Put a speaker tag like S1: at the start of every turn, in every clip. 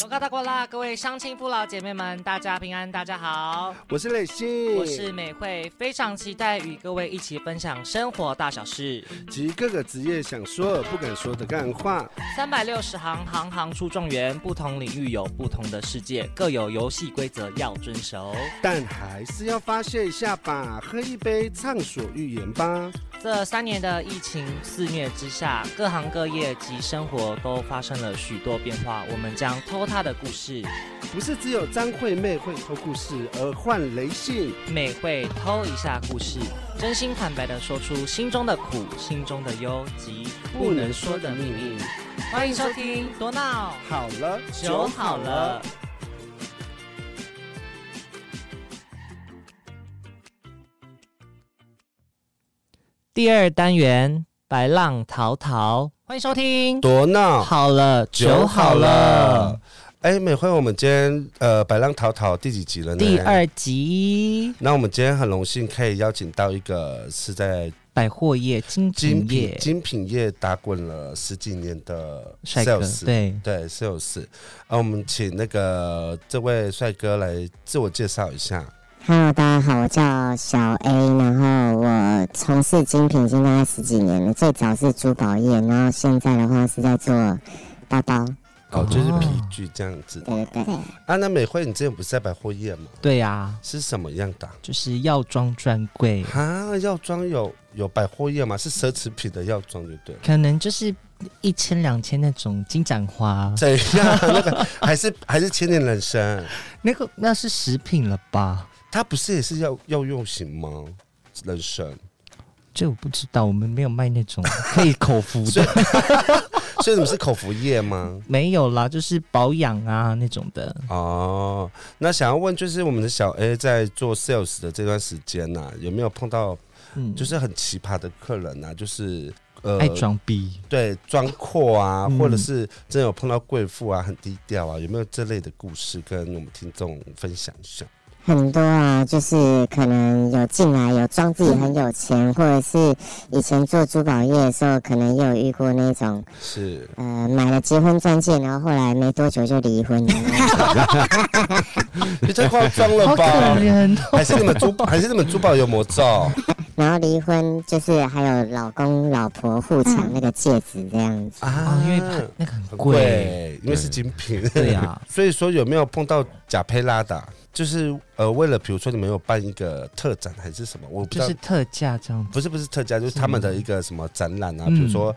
S1: 广告大过啦！各位乡亲父老姐妹们，大家平安，大家好，
S2: 我是磊鑫，
S1: 我是美惠，非常期待与各位一起分享生活大小事
S2: 及各个职业想说而不敢说的干话。
S1: 三百六十行，行行出状元，不同领域有不同的世界，各有游戏规则要遵守，
S2: 但还是要发泄一下吧，喝一杯畅所欲言吧。
S1: 这三年的疫情肆虐之下，各行各业及生活都发生了许多变化。我们将偷他的故事，
S2: 不是只有张惠妹会偷故事，而呃换雷信。
S1: 美会偷一下故事，真心坦白的说出心中的苦、心中的忧及不能说的秘密。欢迎收听《多闹
S2: 好了，
S1: 酒好了》。第二单元白浪淘淘，欢迎收听。
S2: 多闹
S1: 好了，酒好了，。
S2: 哎，美惠，我们今天呃，百浪淘淘第几集了呢？
S1: 第。二集
S2: 那我们今天很荣幸可以邀请到一个是在
S1: 百货业、精
S2: 精
S1: 品
S2: 品
S1: 业、
S2: 精品业打滚了十几年的
S1: 帅哥，
S2: sales，
S1: 对，
S2: 对 sales。啊，我们请那个这位帅哥来自我介绍一下。
S3: Hello，大家好，我叫小 A，然后我从事精品已经大概十几年了，最早是珠宝业，然后现在的话是在做包包，
S2: 哦，就是
S1: 哦
S2: 皮具这样子。
S3: 对对对，
S2: 啊，那美惠，你之前不是在百货业吗？
S1: 对呀、啊，
S2: 是什么样的啊？
S1: 就是药妆专柜，
S2: 啊，药妆有有百货业吗？是奢侈品的药妆，对不对了？
S1: 可能就是一千两千那种金盏花，
S2: 怎样？那个 还是还是千年人参，
S1: 那个那是食品了吧？
S2: 它不是也是药药用型吗？人参，
S1: 这我不知道，我们没有卖那 种可以口服
S2: 所以
S1: 的，
S2: 所以你们是口服液吗？
S1: 没有啦，就是保养啊那种的。
S2: 哦，那想要问就是我们的小 A 在做 sales 的这段时间呐、有没有碰到
S1: 嗯，
S2: 就是很奇葩的客人呐、就是呃
S1: 爱装逼。
S2: 对装阔啊，
S1: 嗯
S2: 或者是真的有碰到贵妇啊，很低调啊，有没有这类的故事跟我们听众分享一下？
S3: 很多啊，就是可能有进来有装自己很有钱，或者是以前做珠宝业的时候，可能也有遇过那种
S2: 是
S3: 呃买了结婚钻戒，然后后来没多久就离婚了，
S2: 你太夸张了
S1: 好可
S2: 吧？
S1: 怜
S2: 还是你们珠还是你们珠宝有 魔咒？
S3: 然后离婚就是还有老公老婆互抢那个戒指这样子，
S1: 哦，
S2: 啊
S1: 因为它那个很
S2: 很
S1: 贵，
S2: 贵，因为是精品。
S1: 对啊
S2: 所以说有没有碰到假佩拉的啊？就是呃，为了比如说你们有办一个特展还是什么，我不知
S1: 就
S2: 道
S1: 是，特价这样子。
S2: 不是不是特价，就是他们的一个什么展览啊，
S1: 嗯
S2: 比如说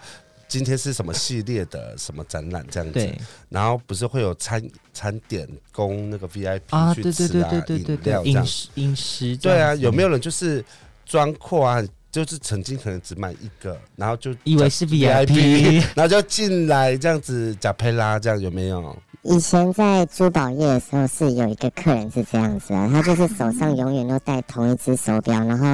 S2: 今天是什么系列的什么展览这样子
S1: 对，，
S2: 然后不是会有餐餐点供那个 VIP
S1: 啊，
S2: 去
S1: 对对
S2: 吃
S1: 对
S2: 啊
S1: 对对对
S2: 饮
S1: 对
S2: 料，这样
S1: 饮。食饮食这
S2: 对啊，
S1: 样子，哦
S2: 有没有人就是装阔啊？就是曾经可能只买一个，然后就
S1: 以为是
S2: VIP
S1: VIP？
S2: 然后就进来这样子假佩拉这样有没有？
S3: 以前在珠宝业的时候，是有一个客人是这样子的，他就是手上永远都戴同一只手表，然后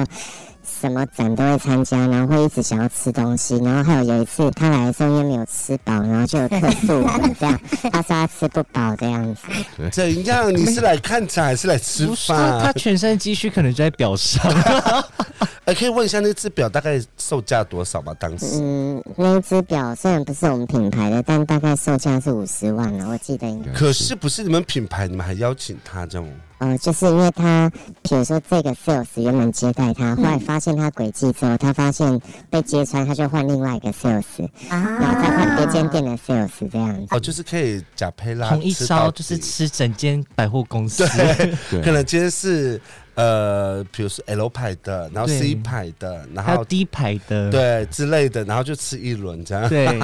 S3: 什么展都会参加，然后会一直想要吃东西，然后还有有一次他来的时候因为没有吃饱，然后就有客诉我们这样，他说他吃不饱这样子，
S2: 怎样？你是来看展还是来吃
S1: 不是啊，他
S2: 饭？
S1: 全身积蓄可能就在表上。
S2: 哎，可以问一下那只表大概售价多少吗？当时
S3: 嗯，那一只表虽然不是我们品牌的，但大概售价是五十万了，我记得
S1: 嗯
S3: 应该。
S2: 可是不是你们品牌，你们还邀请他这样？
S3: 呃，就是因为他，比如说这个 sales 原本接待他，后来
S4: 嗯
S3: 发现他诡计之后，他发现被揭穿，他就换另外一个 sales，、然
S4: 啊
S3: 后再换别间店的 sales 这样子。
S2: 哦，就是可以假佩拉
S1: 啊同一
S2: 吃到
S1: 烧
S2: 底
S1: 就是吃整间百货公司，
S2: 对，
S5: 对
S2: 可能今天是呃，比如说 L 牌的，然后
S1: 对
S2: C 牌的，然
S1: 还有
S2: 后
S1: 低牌的，
S2: 对之类的，然后就吃一轮这样，
S1: 对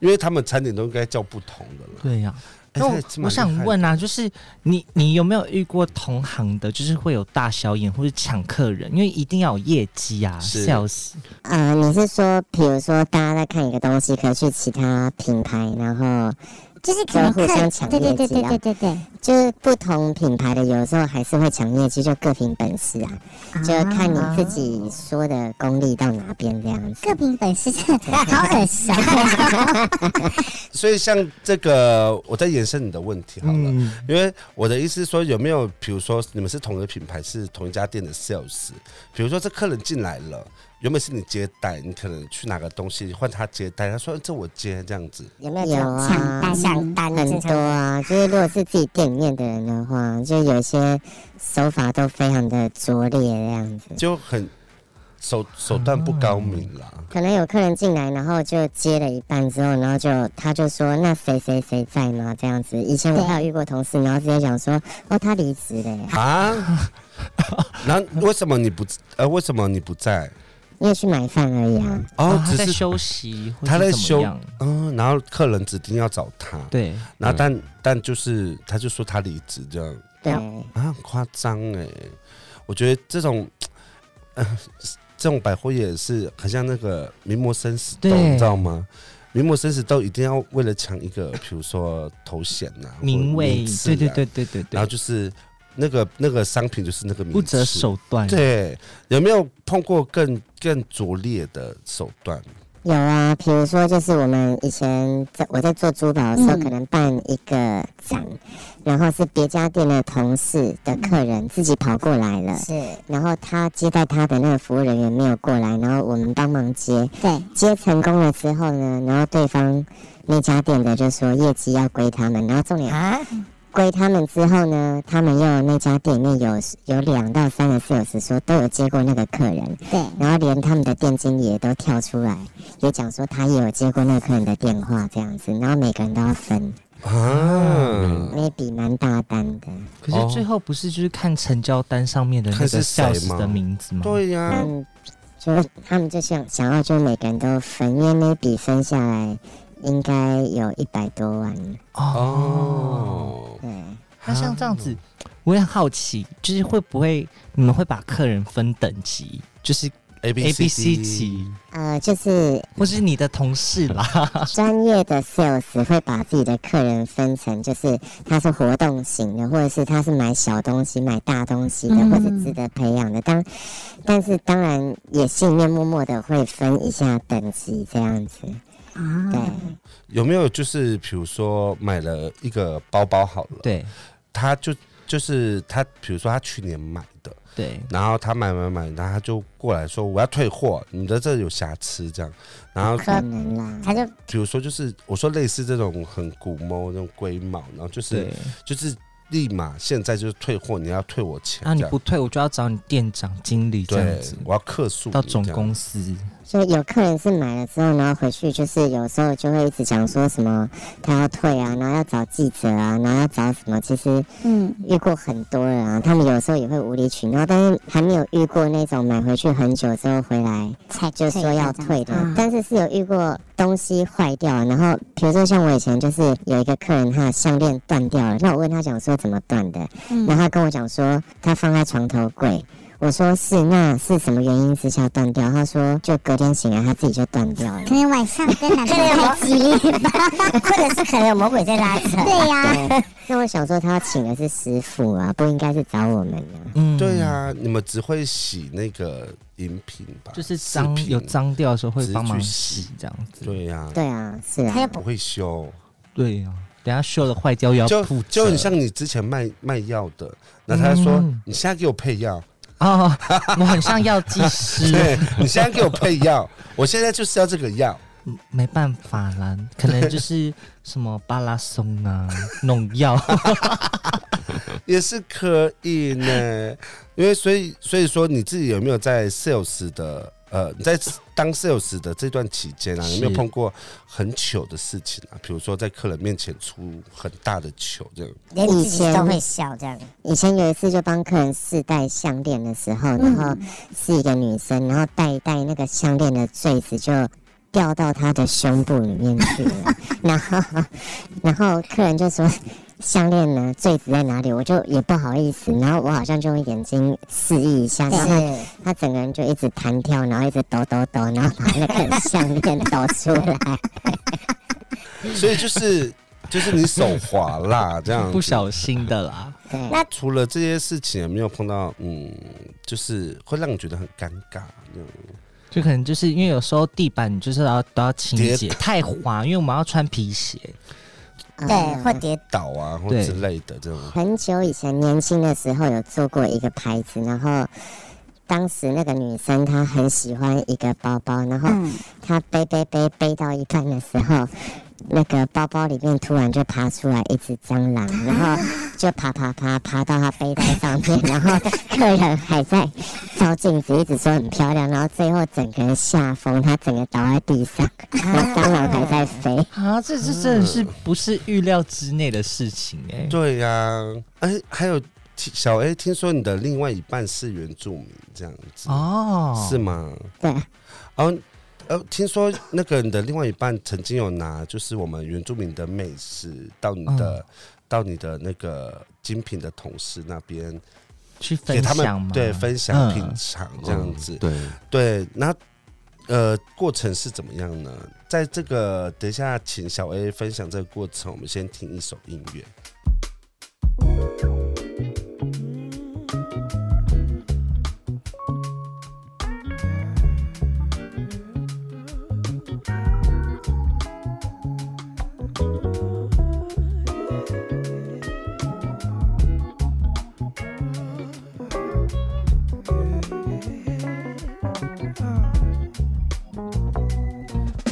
S2: 因为他们餐点都应该叫不同的了。
S1: 对呀、啊
S2: 哎
S1: 那
S2: 这
S1: 我
S2: 也是蛮
S1: 我
S2: 厉
S1: 想
S2: 害的
S1: 问啊，就是你你有没有遇过同行的，就是会有大小眼或者抢客人，因为一定要有业绩啊
S2: 是
S1: ，sales
S3: 呃，你是说，比如说大家在看一个东西，可以去其他品牌，然后
S4: 就是可能
S3: 就互
S4: 客
S3: 相抢
S4: 对对
S3: 业
S4: 对
S3: 绩
S4: 对
S3: 啊
S4: 对对对，
S3: 就是不同品牌的，有时候还是会抢业绩，就各凭本事啊，就看你自己说的功力到哪边这样子。
S4: 各凭本事， 好啊耳熟。
S2: 所以像这个，我再延伸你的问题好了，
S1: 嗯
S2: 因为我的意思是说，有没有比如说你们是同一个品牌，是同一家店的 sales，比如说这客人进来了，原本是你接待，你可能去拿个东西换他接待，他说嗯这我接这样子，
S3: 有没有有
S4: 抢
S3: 啊
S4: 单？
S3: 抢单很多啊，就是如果是自己店里面的人的话，就有一些手法都非常的拙劣这样
S1: 嗯
S3: 子。
S2: 就很手手段不高明啦。
S3: 可能有客人进来，然后就接了一半之后，然后就他就说那谁谁谁在吗？这样子。以前我
S4: 对
S3: 还有遇过同事，然后直接讲说哦他离职了耶，
S2: 啊？然后为什么你不呃？为什么你不在？
S3: 因为去买饭而已啊。
S2: 哦
S1: 啊，他
S2: 只
S1: 在
S2: 是
S1: 休息，或是
S2: 他在
S1: 怎么
S2: 休
S1: 样
S2: 嗯，然后客人指定要找他，
S1: 对，
S2: 然后但、但就是他就说他离职这样
S3: 对，
S2: 啊，很夸张哎！我觉得这种，呃，这种百货业是很像那个名模生死斗，
S1: 对
S2: 你知道吗？名模生死斗一定要为了抢一个，比如说头衔呐、或
S1: 名位，对
S2: 次
S1: 对
S2: 啊
S1: 对对对
S2: 然后
S1: 对，
S2: 就是那个那个商品就是那个名
S1: 不择
S2: 次
S1: 手段，，
S2: 对，有没有碰过更更拙劣的手段？
S3: 有啊，比如说就是我们以前在我在做珠宝的时候，
S4: 嗯
S3: 可能办一个展，然后是别家店的同事的客人自己跑过来了，
S4: 是，
S3: 然后他接待他的那个服务人员没有过来，然后我们帮忙接，
S4: 对，
S3: 接成功了之后呢，然后对方那家店的就说业绩要归他们，然后重点
S4: 啊，
S3: 归他们之后呢，他们又那家店里面有有两到三个室友是说都有接过那个客人，
S4: 对，
S3: 然后连他们的店经理也都跳出来，也讲说他也有接过那个客人的电话这样子，然后每个人都要分，
S2: 啊，
S3: 那一笔蛮大单的。
S1: 可是最后不是就是看成交单上面的那
S2: 哦
S1: 个
S2: 看是谁吗
S1: sales 的名字吗？，
S2: 对呀、
S3: 嗯，就他们就想想要就每个人都分，因为那笔分下来应该有一百多万。
S1: 哦，啊
S2: 哦，
S3: 对，
S1: 那像这样子，我也很好奇，就是会不会你们会把客人分等级，就是
S2: ，A B
S1: A、B、
S2: C
S1: C 级，
S3: 呃，就是
S1: 或是你的同事 啦？
S3: 专业的 sales 会把自己的客人分成，就是他是活动型的，或者是他是买小东西、买大东西的，
S4: 嗯
S3: 或者值得培养的。当但是当然也心里面默默的会分一下等级这样子。
S4: 啊，
S3: 对，
S2: 有没有就是比如说买了一个包包好了，
S1: 对
S2: 他就就是他，比如说他去年买的，
S1: 对，
S2: 然后他买买买，然后他就过来说我要退货，你的这有瑕疵这样，然后
S3: 可能啦。
S4: 他就
S2: 比如说就是我说类似这种很古猫那种龟毛，然后就是
S1: 对，
S2: 就是立马现在就是退货，你要退我钱，
S1: 啊那你
S2: 这样
S1: 不退，我就要找你店长、经理这样
S2: 对
S1: 子，，
S2: 我要客诉
S1: 到
S2: 你
S1: 总
S2: 这样
S1: 公司。
S3: 就有客人是买了之后，然后回去就是有时候就会一直讲说什么他要退啊，然后要找记者啊，然后要找什么，其实
S4: 嗯，
S3: 遇过很多人啊，他们有时候也会无理取闹，但是还没有遇过那种买回去很久之后回来
S4: 才
S3: 就说要退的。
S4: 嗯
S3: 但是是有遇过东西坏掉，然后比如说像我以前就是有一个客人，他的项链断掉了，那我问他讲说怎么断的，然后
S4: 嗯，
S3: 他跟我讲说他放在床头柜。我说是，那是什么原因之下断掉？他说就隔天醒来他自己就断掉 了。
S4: 可能晚上跟男朋友太激烈 吧，或者是可能有魔鬼在拉扯，对呀，
S3: 那我想说他请的是师傅啊，不应该是找我们啊。
S1: 嗯，
S2: 对呀、你们只会洗那个饮品吧？
S1: 就是
S2: 饰
S1: 脏
S2: 品
S1: 有。脏掉的时候会
S2: 直
S1: 帮
S2: 去
S1: 忙
S2: 洗
S1: 洗这样子。
S2: 对呀、
S3: 对啊，是啊
S4: 他。又
S2: 不
S4: 不
S2: 会修，
S1: 对呀、等下修了坏掉又要
S2: 就
S1: 负责，
S2: 就很像你之前卖卖药的，那他说、
S1: 嗯
S2: 你现在给我配药，
S1: 哦， 我很像药剂师，
S2: 对你现在给我配药， 我现在就是要这个药，
S1: 嗯没办法啦，可能就是什么巴拉松啊，弄药，
S2: 也是可以呢。 因为所以所以说你自己有没有在 sales 的呃你在当 sales 的这段期间啊，
S1: 是
S2: 有没有碰过很糗的事情啊？比如说在客人面前出很大的糗这样，
S4: 连你自己都会笑这样，
S3: 以前有一次就帮客人试戴项链的时候，然
S4: 嗯
S3: 后是一个女生，然后戴一戴那个项链的坠子就掉到她的胸部里面去了，然后然后客人就说。项链呢？坠子在哪里？我就也不好意思，然后我好像就用眼睛示意一下，然后她
S4: 是，
S3: 她整个人就一直弹跳，然后一直抖抖抖，然后把那个项链抖出 来。
S2: 所以就是 就是你手滑啦这样，
S1: 不小心的啦。
S3: 对，
S4: 那
S2: 除了这些事情，有没有碰到嗯，就是会让你觉得很尴尬？那种
S1: 就可能就是因为有时候地板就是要都要清
S2: 叠
S1: 洁，太滑，因为我们要穿皮鞋，
S3: 嗯
S4: 对，或跌
S2: 倒啊或
S1: 对
S2: 之类的这种，
S3: 很久以前年轻的时候有做过一个牌子，然后当时那个女生她很喜欢一个包包，然后
S4: 嗯，
S3: 她背背背背到一半的时候，那个包包里面突然就爬出来一只蟑螂，然后就爬爬爬爬到她背带上面，然后客人还在照镜子，一直说很漂亮，然后最后整个人吓疯，她整个倒在地上， 然后蟑螂还在飞。
S1: 啊，这这真的是
S2: 嗯
S1: 不是预料之内的事情哎、
S2: 对呀、哎、还有听小 A，听说你的另外一半是原住民，这样子、
S1: 哦，
S2: 是吗？
S3: 对，
S2: 然后呃，听说那个你的另外一半曾经有拿，就是我们原住民的美食到你
S1: 嗯
S2: 的、到你的那个精品的同事那边
S1: 去分
S2: 给他
S1: 享
S2: 们
S1: 吗？
S2: 对分享
S1: 嗯哦
S2: 品尝这样子，
S5: 对，
S2: 对，那呃，过程是怎么样呢？在这个等一下，请小 A 分享这个过程，我们先听一首音乐。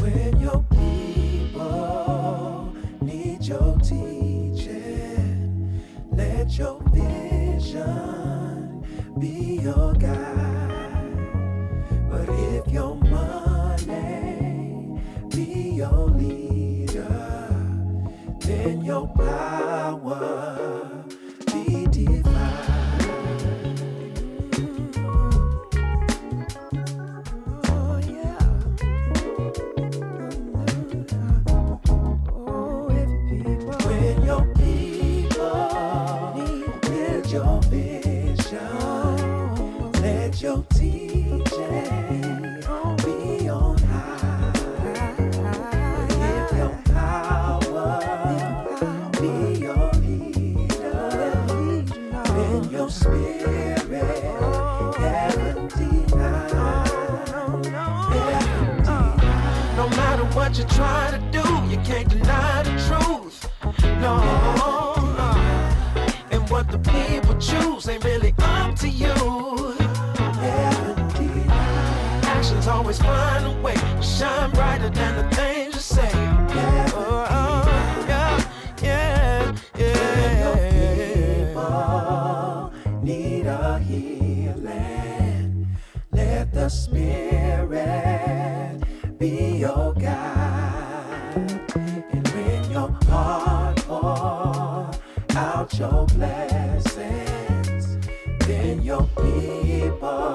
S6: When your people need your teaching, let your vision be your guide. But if your money be your leader, then your power be divine. Mm-hmm. Oh yeah. Mm-hmm. Oh, When your people need build your vision, let your teaching be on high. But if your power be your leader, then your spirit heaven denied. Heaven denied. No matter what you try to do, you can't deny the truth. No. uh, And what the people choose ain't really up to you. Actions always find a way to shine brighter than the things you say. Oh, oh, yeah, yeah, yeah. Need a healing. Let the Spirit be your guide. And when your heart pour out your blessings, then your people.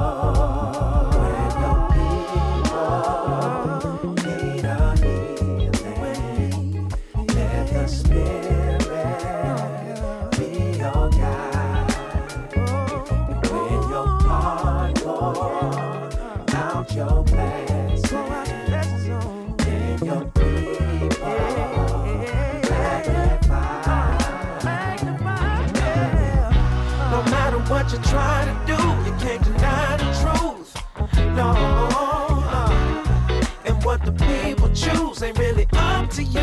S6: when your people need a healing, let the Spirit be your guide. And when your heart pours out your blessings, then your people magnify. No matter what you try to do, you can't deny the truth. No. uh, And what the people choose ain't really up to you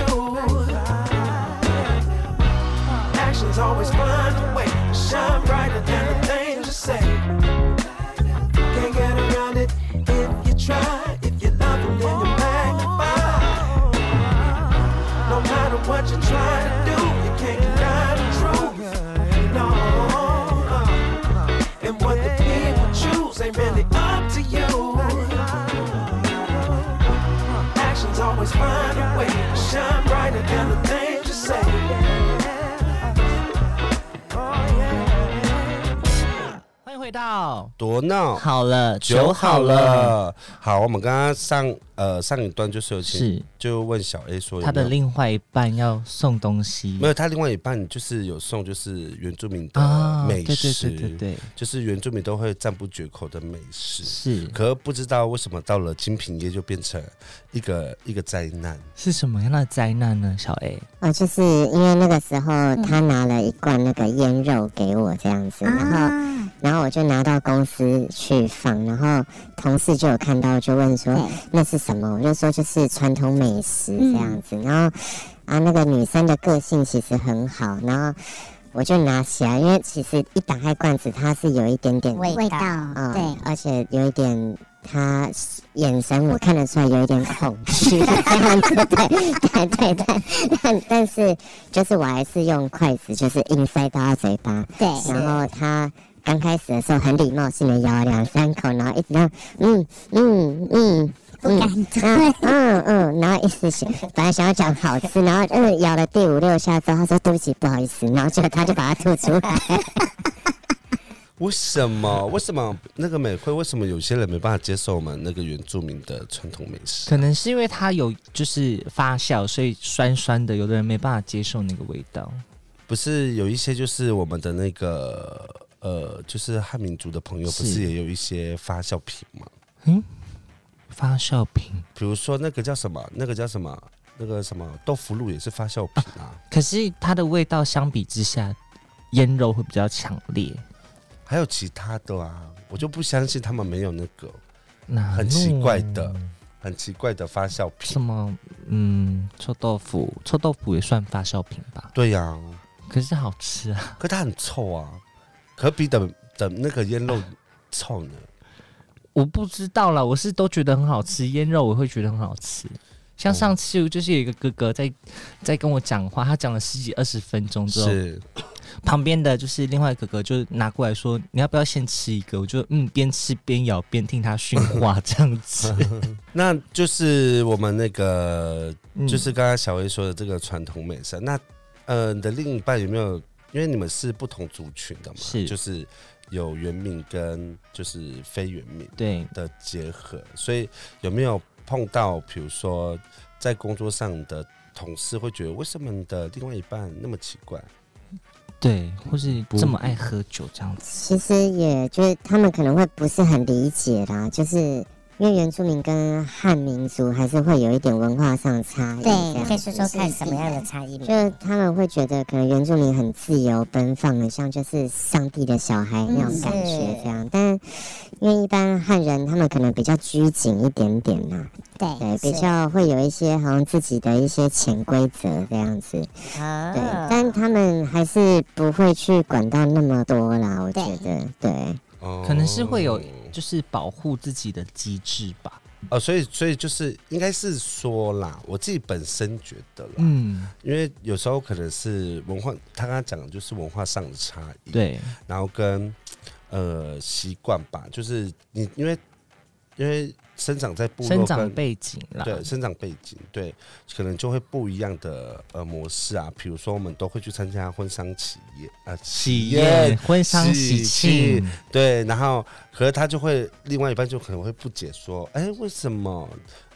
S6: actions always find a way to shine brighter than the things you say. Can't get around it if you try. If you love them, then you magnify. No matter what you try to do, you can't deny the truth. No. uh, And what the people choose ain't really up to you actions always find a way to shine brighter than the things you say. Oh, yeah.
S1: 欢迎回到
S2: 多闹
S1: 好了，
S2: 酒
S1: 酒
S2: 好
S1: 好了，
S2: 了，好，我们刚刚上呃上一段就是有请
S1: 是，
S2: 就问小 A 说有没有
S1: 他的另外一半要送东西
S2: 没有，他另外一半就是有送就是原住民的
S1: 啊，
S2: 呃美
S1: 对对
S2: 食，
S1: 对对对，
S2: 就是原住民都会赞不绝口的美食。
S1: 是
S2: 可不知道为什么到了精品业就变成一个一个灾难，
S1: 是什么样的灾难呢？小 A，
S3: 哦，就是因为那个时候
S4: 嗯
S3: 他拿了一罐那个腌肉给我这样子，然后。
S4: 啊，
S3: 然后我就拿到公司去放，然后同事就有看到，就问说
S4: 对嗯
S3: 那是什么？我就说就是传统美食这样子。然后啊，那个女生的个性其实很好，然后。我就拿起来，因为其实一打开罐子，它是有一点点
S4: 味
S5: 味
S4: 道，
S3: 嗯
S4: 对，
S3: 而且有一点，他眼神我看得出来有一点恐 惧，这样子， 对对对对，但但是就是我还是用筷子，就是硬塞到他嘴巴，
S4: 对
S3: 然后他。刚开始的时候很礼貌性的咬了啊两三口，然后一直这样，嗯嗯嗯，
S4: 不敢
S3: 嗯嗯嗯，然后一直想，本来想要讲好吃，然后嗯咬了第五六下之后，他说对不起，不好意思，然后结果他就把它吐出来。
S2: 为什么？为什么那个美惠？为什么有些人没办法接受我们那个原住民的传统美食？
S1: 可能是因为它有就是发酵，所以酸酸的，有的人没办法接受那个味道。
S2: 不是有一些就是我们的那个呃，就是汉民族的朋友，
S1: 是
S2: 不是也有一些发酵品吗？
S1: 嗯，发酵品，
S2: 比如说那个叫什么，那个叫什么，那个什么豆腐乳也是发酵品啊。
S1: 可是它的味道相比之下，腌肉会比较强烈。
S2: 还有其他的啊，我就不相信他们没有那个
S1: 那
S2: 很奇怪的、很奇怪的发酵
S1: 什
S2: 品。
S1: 么，嗯，臭豆腐，臭豆腐也算发酵品吧？
S2: 对啊呀、
S1: 可是好吃啊，
S2: 可它很臭啊，可比等等那个腌肉臭呢。
S1: 我不知道啦，我是都觉得很好吃，腌肉我会觉得很好吃。像上次就是有一个哥哥在在跟我讲话，他讲了十几二十分钟之后，
S2: 是，
S1: 旁边的就是另外一个哥哥就拿过来说：“你要不要先吃一个？”我就嗯，边吃边咬，边听他训话这样子。
S2: 那就是我们那个
S1: 嗯
S2: 就是刚刚小薇说的这个传统美食啊。那呃，你的另一半有没有？因为你们是不同族群的嘛，
S1: 是
S2: 就是有原民跟就是非原民
S1: 对，
S2: 的结合，所以有没有碰到，比如说在工作上的同事会觉得，为什么你的另外一半那么奇怪？
S1: 对，或是这么爱喝酒这样子，
S3: 其实也就是他们可能会不是很理解啦，就是因为原住民跟汉民族还是会有一点文化上差异。
S4: 对，可以
S3: 这
S4: 说说看什么样的差异吗？
S3: 样就他们会觉得可能原住民很自由奔放，很像就是上帝的小孩那种感觉这样。
S4: 嗯
S3: 但因为一般汉人他们可能比较拘谨一点点啦，对，
S4: 对，
S3: 比
S4: 是
S3: 较会有一些好像自己的一些潜规则这样子。
S4: 啊
S3: 对，但他们还是不会去管到那么多啦，我觉得对。
S2: 哦
S1: 可能是会有就是保护自己的机制吧。
S2: 哦，所以所以就是应该是说啦，我自己本身觉得啦，
S1: 嗯，
S2: 因为有时候可能是文化，他刚刚讲的就是文化上的差异，，
S1: 对，
S2: 然后跟呃习惯吧，就是你因为因为生长在部落
S1: 生长
S2: 跟
S1: 背景啦，
S2: 对，生长背景，对，可能就会不一样的呃模式啊。比如说，我们都会去参加婚丧喜宴啊，
S1: 喜宴、婚丧
S2: 喜
S1: 喜庆，
S2: 对，然后可是他就会另外一半就可能会不解说，哎、为什么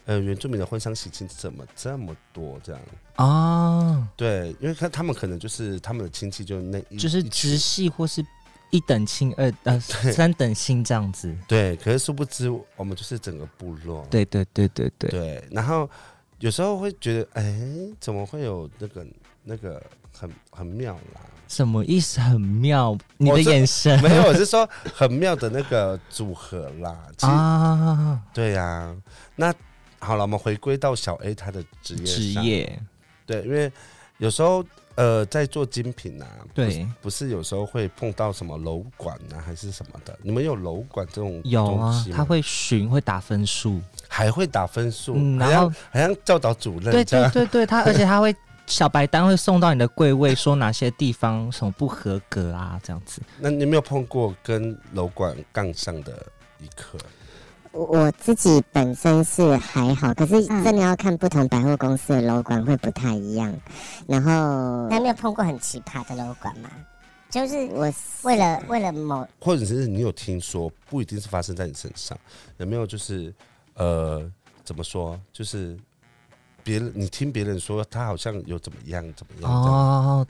S2: 呃原住民的婚丧喜庆怎么这么多这样？
S1: 哦，
S2: 对，因为他他们可能就是他们的亲戚就那一
S1: 就是
S2: 一群
S1: 直系或是一等亲、二 呃三等亲这样子。
S2: 对，可是殊不知我们就是整个部落，
S1: 对对对对对，
S2: 对，然后有时候会觉得，哎、怎么会有那个那个很很妙啦。
S1: 什么意思？很妙，你的
S2: 这
S1: 眼神
S2: 没有，我是说很妙的那个组合啦。其实、
S1: 啊，
S2: 对呀、那好了，我们回归到小 A 他的职业。
S1: 职，业，
S2: 对，因为有时候呃，在做精品啊，不是，
S1: 对，
S2: 不是有时候会碰到什么楼管啊，还是什么的。你们有楼管这种
S1: 有
S2: 东
S1: 啊
S2: 西，吗
S1: 他会巡，会打分数，
S2: 还会打分数，
S1: 嗯
S2: 好
S1: 然后
S2: 像好像教导主任
S1: 对
S2: 这
S1: 对
S2: 样。
S1: 对对，他而 且他会小白单会送到你的柜位，说哪些地方什么不合格啊，这样子。
S2: 那你有没有碰过跟楼管杠上的一刻？
S3: 我我自己本身是还好，可是
S4: 嗯
S3: 真的要看不同百货公司的楼管会不太一样。然后
S4: 那没有碰过很奇葩的楼管吗？就是
S3: 我
S4: 为了为了某
S2: 或者是你有听说，不一定是发生在你身上，有没有就是呃，怎么说，就是别人你听别人说他好像有怎么样怎么样这样
S1: 哦，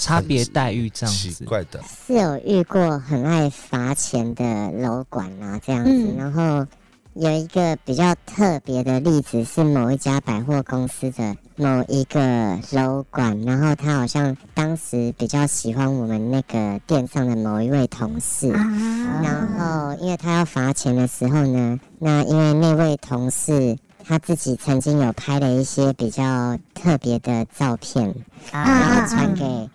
S1: 差别待遇这样
S2: 奇
S1: 子。
S2: 怪的，
S3: 是有遇过很爱罚钱的楼管啊，这样子。
S4: 嗯
S3: 然后有一个比较特别的例子是某一家百货公司的某一个楼管，然后他好像当时比较喜欢我们那个店上的某一位同事。然
S4: 嗯
S3: 后，因为他要罚钱的时候呢，那因为那位同事他自己曾经
S4: 啊
S3: 有拍了一些比较特别的照片，然后传给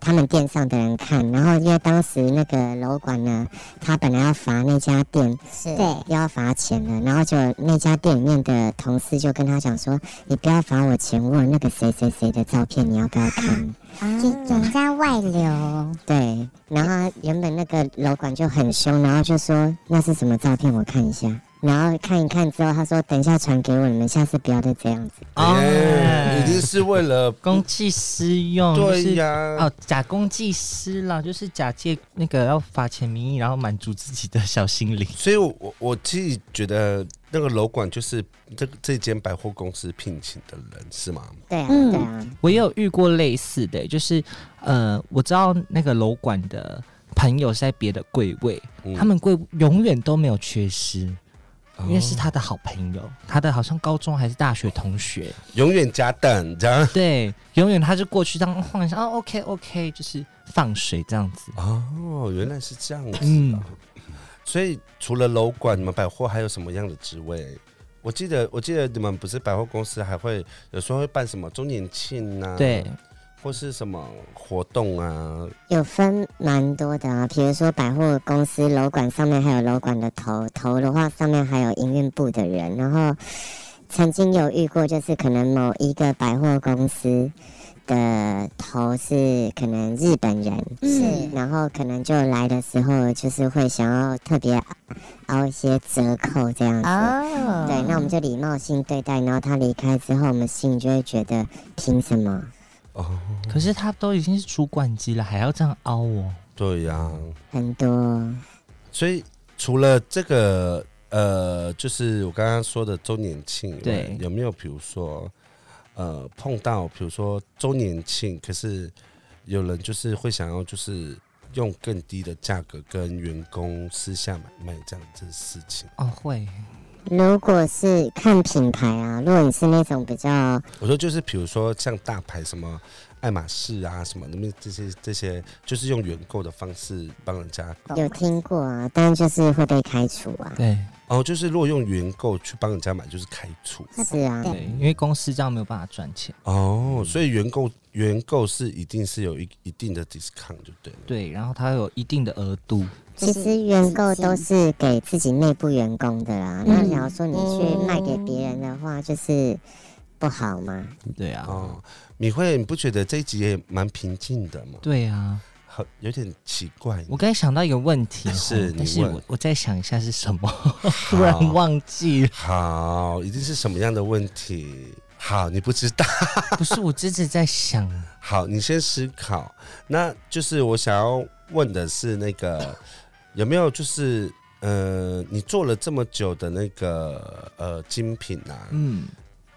S3: 他们店上的人看，然后因为当时那个楼管呢，他本来要罚那家店，
S4: 是
S3: 对，又要罚钱了，然后就那家店里面的同事就跟他讲说，你不要罚我钱，我有那个谁谁谁的照片，你要不要看？
S4: 啊，人家外流，
S3: 对，然后原本那个楼管就很凶，然后就说那是什么照片，我看一下。然后看一看之后，他说：“等一下传给我，你们下次不要再这样子。
S2: 哎，一定是为了
S1: 哦公器私用，就是
S2: 对呀、
S1: 哦，假公济私啦，就是假借那个要罚钱名义，然后满足自己的小心灵。
S2: 所以我，我我自己觉得那个楼管就是这个这间百货公司聘请的人是吗？”
S3: 对啊，
S4: 嗯
S3: 对啊，
S1: 我也有遇过类似的、就是呃，我知道那个楼管的朋友是在别的柜位，
S2: 嗯
S1: 他们柜永远都没有缺失，因为是
S2: 哦
S1: 他的好朋友，他的好像高中还是大学同学，
S2: 永远加等，这样
S1: 对，永远他就过去这样晃一下，哦，OK OK，就是放水这样子。
S2: 哦，原来是这样子、
S1: 嗯
S2: 嗯，所以除了楼管，你们百货还有什么样的职位？我记得，我记得你们不是百货公司还会有时候会办什么周年庆啊，
S1: 对，，
S2: 或是什么活动啊，
S3: 有分蛮多的啊，比如说百货公司楼管上面还有楼管的头，头的话上面还有营运部的人，然后曾经有遇过，就是可能某一个百货公司的头是可能日本人，
S4: 是
S3: 然后可能就来的时候就是会想要特别凹一些折扣这样子。
S4: 哦，
S3: 对，那我们就礼貌性对待，然后他离开之后，我们心里就会觉得凭什么？
S2: 哦
S1: 可是他都已经是主管级了，还要这样凹我。
S2: 对呀、
S3: 很多，
S2: 所以除了这个，呃，就是我刚刚说的周年庆以外，
S1: 对
S2: 有没有比如说，呃，碰到比如说周年庆，可是有人就是会想要就是用更低的价格跟员工私下买卖这样子的事情？
S1: 哦，会，
S3: 如果是看品牌啊，如果你是那种比较
S2: 我说就是比如说像大牌什么爱马仕啊什么那边这些这些，就是用原购的方式帮人家
S3: 有听过啊，但就是会被开除啊。
S1: 对
S2: 哦，就是如果用原购去帮人家买，就是开除。
S3: 是啊，
S1: 对，
S2: 嗯
S1: 因为公司这样没有办法赚钱。嗯
S2: 哦，所以原购原购是一定是有一一定的 discount 就对了。
S1: 对，然后它有一定的额度，
S3: 其实员工都是给自己内部员工的
S4: 嗯
S3: 啦。那假如说你
S4: 哦
S3: 去卖给别人的话，就是不好嘛。
S1: 对啊，
S2: 哦，米慧，你不觉得这一集也蛮平静的吗？
S1: 对啊。
S2: 好，有点奇怪。
S1: 我刚才想到一个问题，
S2: 是
S1: 但
S2: 你
S1: 是
S2: 问
S1: 我我再想一下是什 么，突然忘记了。
S2: 好，一定是什么样的问题？好，你不知道。
S1: 不是，我只是在想，
S2: 好，你先思考。那就是我想要问的是，那个有没有就是呃，你做了这么久的那个呃精品啊，
S1: 嗯，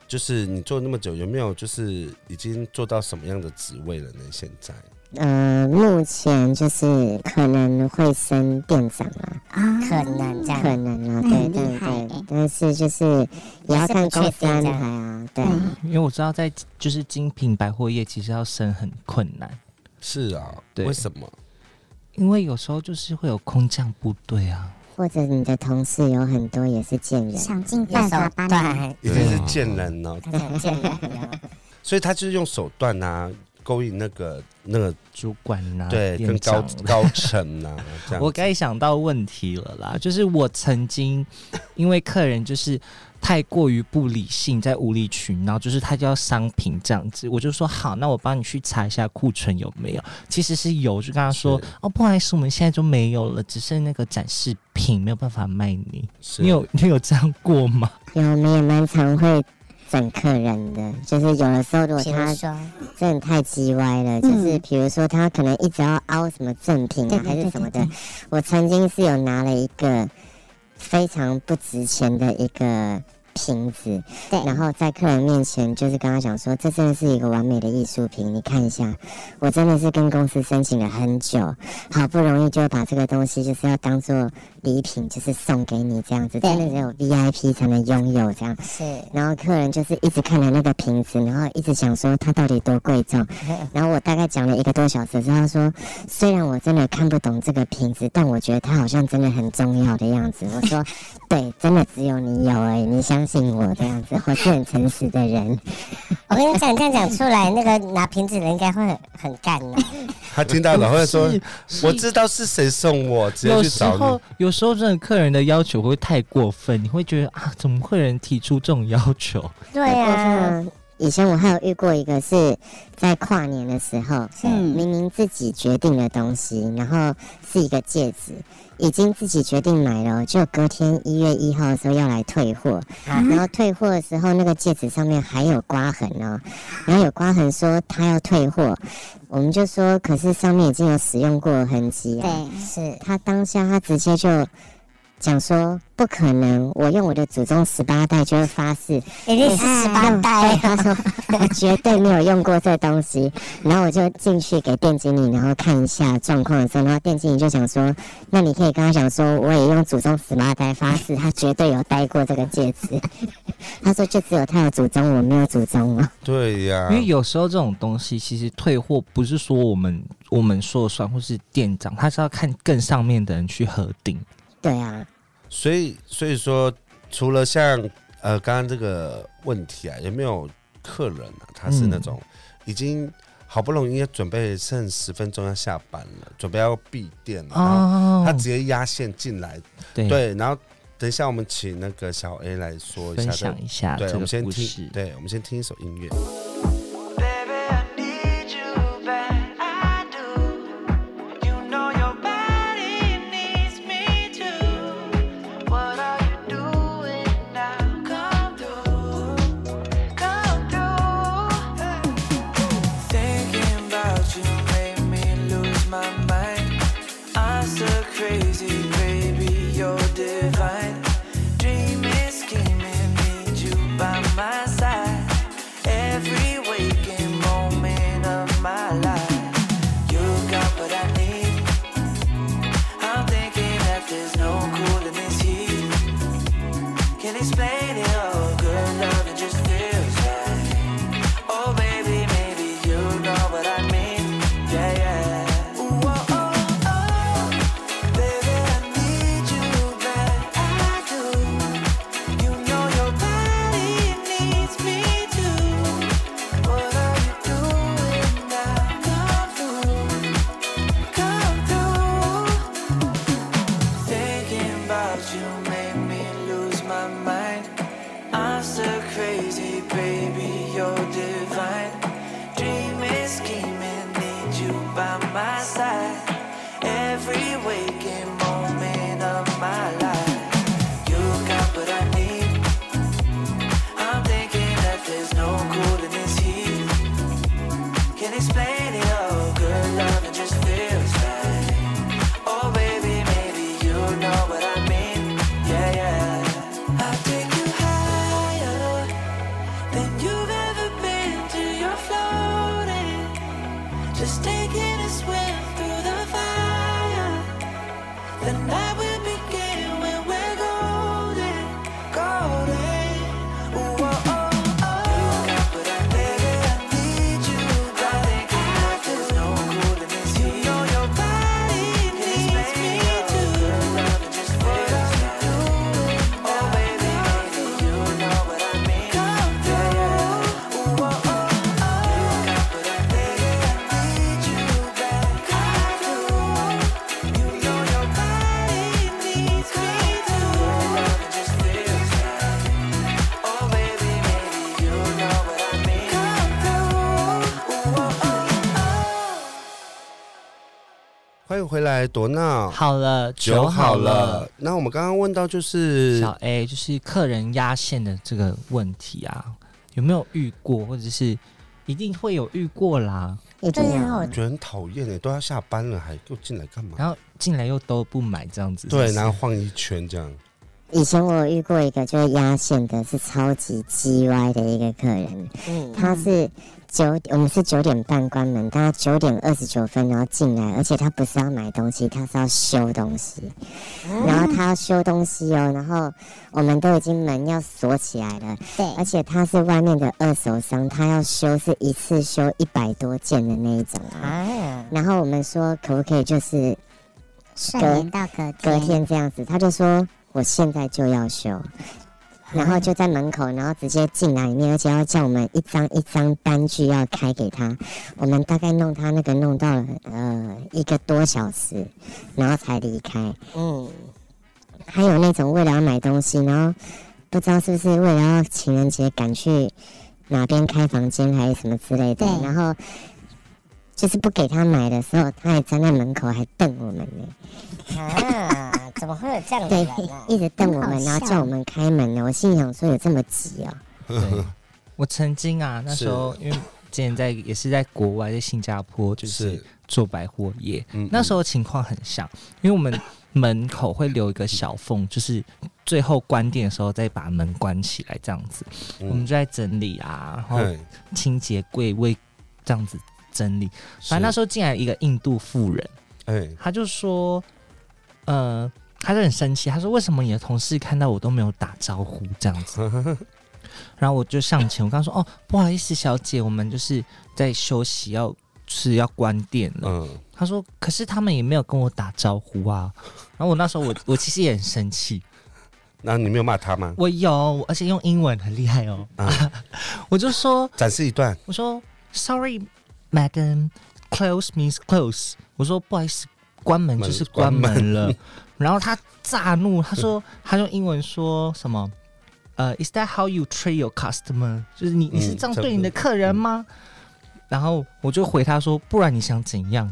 S2: 就是你做那么久，有没有就是已经做到什么样的职位了呢？现在？
S3: 呃，目前就是可能会升店长啦，
S4: 啊，
S3: 可能
S4: 这样
S3: 可能啦，对
S4: 很
S3: 对
S4: 厉害
S3: 对
S4: 欸。
S3: 但是就是也要看公司安
S4: 也是不确定
S3: 排
S4: 这样嗯
S3: 啊，对。
S1: 因为我知道在就是精品百货业其实要升很困难，
S2: 是啊，
S1: 对
S2: 为什么？
S1: 因为有时候就是会有空降部队啊，
S3: 或者你的同事有很多也是贱人，
S4: 想尽办法把你，
S2: 一
S1: 啊
S2: 定是贱人哦、
S4: 他很贱人，
S2: 所以他就是用手段啊，勾引那个那个
S1: 主管呐、啊，
S2: 对，
S1: 店
S2: 跟高
S1: 长
S2: 高层啊这样。
S1: 我该想到问题了啦，就是我曾经因为客人就是太过于不理性，在无理取闹，就是他就要商品这样子，我就说好，那我帮你去查一下库存有没有，其实是有，就跟他说
S2: 是
S1: 哦，不好意思，我们现在就没有了，只剩那个展示品没有办法卖你，
S2: 是
S1: 你有 你有这样过吗？
S3: 有我们也蛮常会整客人的，就是有的时候 如果
S4: 比如
S3: 他
S4: 说，
S3: 真的太叽歪了，就是比如说他可能一直要凹什么赠品
S4: 嗯对
S3: 啊
S4: 对
S3: 还是
S4: 对
S3: 什么
S4: 对
S3: 的
S4: 对，
S3: 我曾经是有拿了一个非常不值钱的一个。瓶子，
S4: 对
S3: 然后在客人面前就是跟他讲说，这真的是一个完美的艺术品，你看一下，我真的是跟公司申请了很久，好不容易就把这个东西就是要当做礼品，就是送给你这样子，
S4: 对
S3: 真的只有 VIP 才能拥有这样。
S4: 是
S3: 然后客人就是一直看着那个瓶子，然后一直想说它到底多贵 重。然后我大概讲了一个多小时之后，他说虽然我真的看不懂这个瓶 子，但我觉得它好像真的很重要的样子。我说对，真的只有你有而已。你想相信我这样子，我是很诚实的人。
S4: 我跟你讲，这样讲出来，那个拿瓶子的应该会很很干的。
S2: 他听到了会说
S1: 是：“
S2: 我知道是谁送我，直接
S1: 有
S2: 去
S1: 时
S2: 找你
S1: 候。，有时候真的客人的要求会太过分，你会觉得啊，怎么会有人提出这种要求？
S4: 对
S3: 太过分
S4: 啊，
S3: 了以前我还有遇过一个是在跨年的时候，
S5: 嗯
S3: 哦明明自己决定的东西，然后是一个戒指，已经自己决定买了，就隔天一月一号的时候要来退货，然后退货的时候那个戒指上面还有刮痕哦，
S4: 啊
S3: 然后有刮痕说他要退货，我们就说可是上面已经有使用过的痕迹啊，
S5: 对，
S4: 是
S3: 他当下他直接就。讲说不可能，我用我的祖宗十八代就会发誓，哎
S4: 一定是十八代啊。
S3: 他说 他绝对没有用过这东西，然后我就进去给店经理，然后看一下状况的时候，然后店经理就想说，那你可以跟他讲说，我也用祖宗十八代发誓，他绝对有戴过这个戒指。 他说就只有他有祖宗，我没有祖宗哦。”
S2: 对呀、
S1: 因为有时候这种东西，其实退货不是说我们我们说了算，或是店长，他是要看更上面的人去核定。
S3: 对啊，
S2: 所以所以说，除了像呃刚刚这个问题啊，有没有客人啊，他是那
S1: 嗯
S2: 种、已经好不容易要准备剩十分钟要下班了，准备要闭店了，然后
S1: 哦
S2: 啊他直接压线进来，
S1: 对
S2: 对，然后等一下我们请那个小 A 来说一
S1: 分
S2: 下这个
S1: 享一下
S2: 对，
S1: 这
S2: 我
S1: 个
S2: 们先
S1: 故
S2: 听
S1: 事，。
S2: 对，我们先听一首音乐。
S6: Baby, I need you bad, I do. You know your body needs me too. What are you doing now? Come through, come through. Thinking about you made me lose my mind. I'm so crazy, baby, you're divine. Dreaming, scheming, need you by my side. Every waking moment of my life, you got what I need. I'm thinking that there's no cool in this heat. Can't explain it all, good love, it just feels right. Oh, baby, maybe you know what I mean. Yeah, yeah. Ooh, oh, oh, oh. Baby, I need you back, I do. You know your body needs me too. What are you doing now? Come through, come through. Thinking about you made me lose my mind. I'm so crazy, baby, you're divine. Dreaming, scheming, need you by my side. Every waking moment of my life, you got what I need. I'm thinking that there's no cool in this heat. Can't explain it all, good love, it just feels right. Oh baby, maybe you know what I mean. Yeah, yeah. I'll take you higher than you've ever been till you're floating. Just taking a swim through the fire. The night will begin when we're golden, golden. Ooh, oh, oh, oh. You got what I need. I need you. I think that there's no cool in this heat. You know your body needs me too. Love it just feels right. Oh, baby, baby, you know what I mean. Come through. Ooh, oh, oh, oh. You got what I need. I need you back. I do. You know your body needs me too. Love it just feels right. Oh baby, maybe you know what I mean. Come through, ooh oh oh.
S2: 欢迎回来，多闹
S1: 好了，
S2: 酒
S1: 酒
S2: 好
S1: 好
S2: 了
S1: 了。。
S2: 那我们刚刚问到就是
S1: 小 A 就是客人压线的这个问题啊，有没有遇过，或者是一定会有遇过啦？
S3: 一定
S4: 对啊
S3: 要
S4: 我
S2: 我觉得很讨厌哎，都要下班了还又进来干嘛？
S1: 然后进来又都不买这样子，是
S2: 对，
S1: 不是
S2: 然后晃一圈这样。
S3: 以前我有遇过一个就是压线的，是超级叽歪的一个客人，
S4: 嗯
S3: 他是九，我们是九点半关门，他九点二十九分然后进来，而且他不是要买东西，他是要修东西，然后他要修东西哦，然后我们都已经门要锁起来了，
S4: 对
S3: 而且他是外面的二手商，他要修是一次修一百多件的那一种啊，
S4: 啊，
S3: 然后我们说可不可以就是
S5: 顺延到隔
S3: 隔天这样子，他就说我现在就要修。然后就在门口，然后直接进来里面，而且要叫我们一张一张单据要开给他。我们大概弄他那个弄到了呃一个多小时，然后才离开。
S1: 嗯，
S3: 还有那种为了要买东西，然后不知道是不是为了要情人节赶去哪边开房间还是什么之类的
S4: 对，
S3: 然后就是不给他买的时候，他还站在门口还瞪我们呢。
S4: 啊，怎么会有这样的
S3: 对
S4: 人啊，？
S3: 一直瞪我
S4: 很
S3: 们，
S4: 好
S3: 然后
S4: 笑
S3: 叫我们开门呢。我心想说有这么急哦、
S1: 对，我曾经 啊，那时候因为之前在也是在国外，在新加坡，就是
S2: 是
S1: 做百货业，
S2: 嗯
S1: 那时候情况很像，因为我们门口会留一个小缝，就是最后关店的时候再把门关起来，这样子，我们
S2: 嗯
S1: 就在整理啊，然后
S2: 嗨
S1: 清洁柜位这样子整理。反正那时候进来一个印度妇人，
S2: 是
S1: 他就说，呃，他就很生气，他说为什么你的同事看到我都没有打招呼这样子？
S2: 哎，
S1: 然后我就上前，我刚说哦，不好意思，小姐，我们就是在休息，要是要关店了。
S2: 嗯，
S1: 他说，可是他们也没有跟我打招呼啊。然后我那时 候我我其实也很生气，
S2: 那你没有骂他吗？
S1: 我有，而且用英文很厉害哦， 我就说。
S2: 展示一段，
S1: 我说 Sorry, Madam, close means close。我说不好意思，关门
S2: 门
S1: 就是关门
S2: 关
S1: 了。然后他炸怒，他说他用英文说什么？呃、i s that how you treat your customer？就是你你是
S2: 嗯
S1: 这样
S2: 差不
S1: 对你的
S2: 多
S1: 客人吗？然后我就回他说，不然你想怎 样？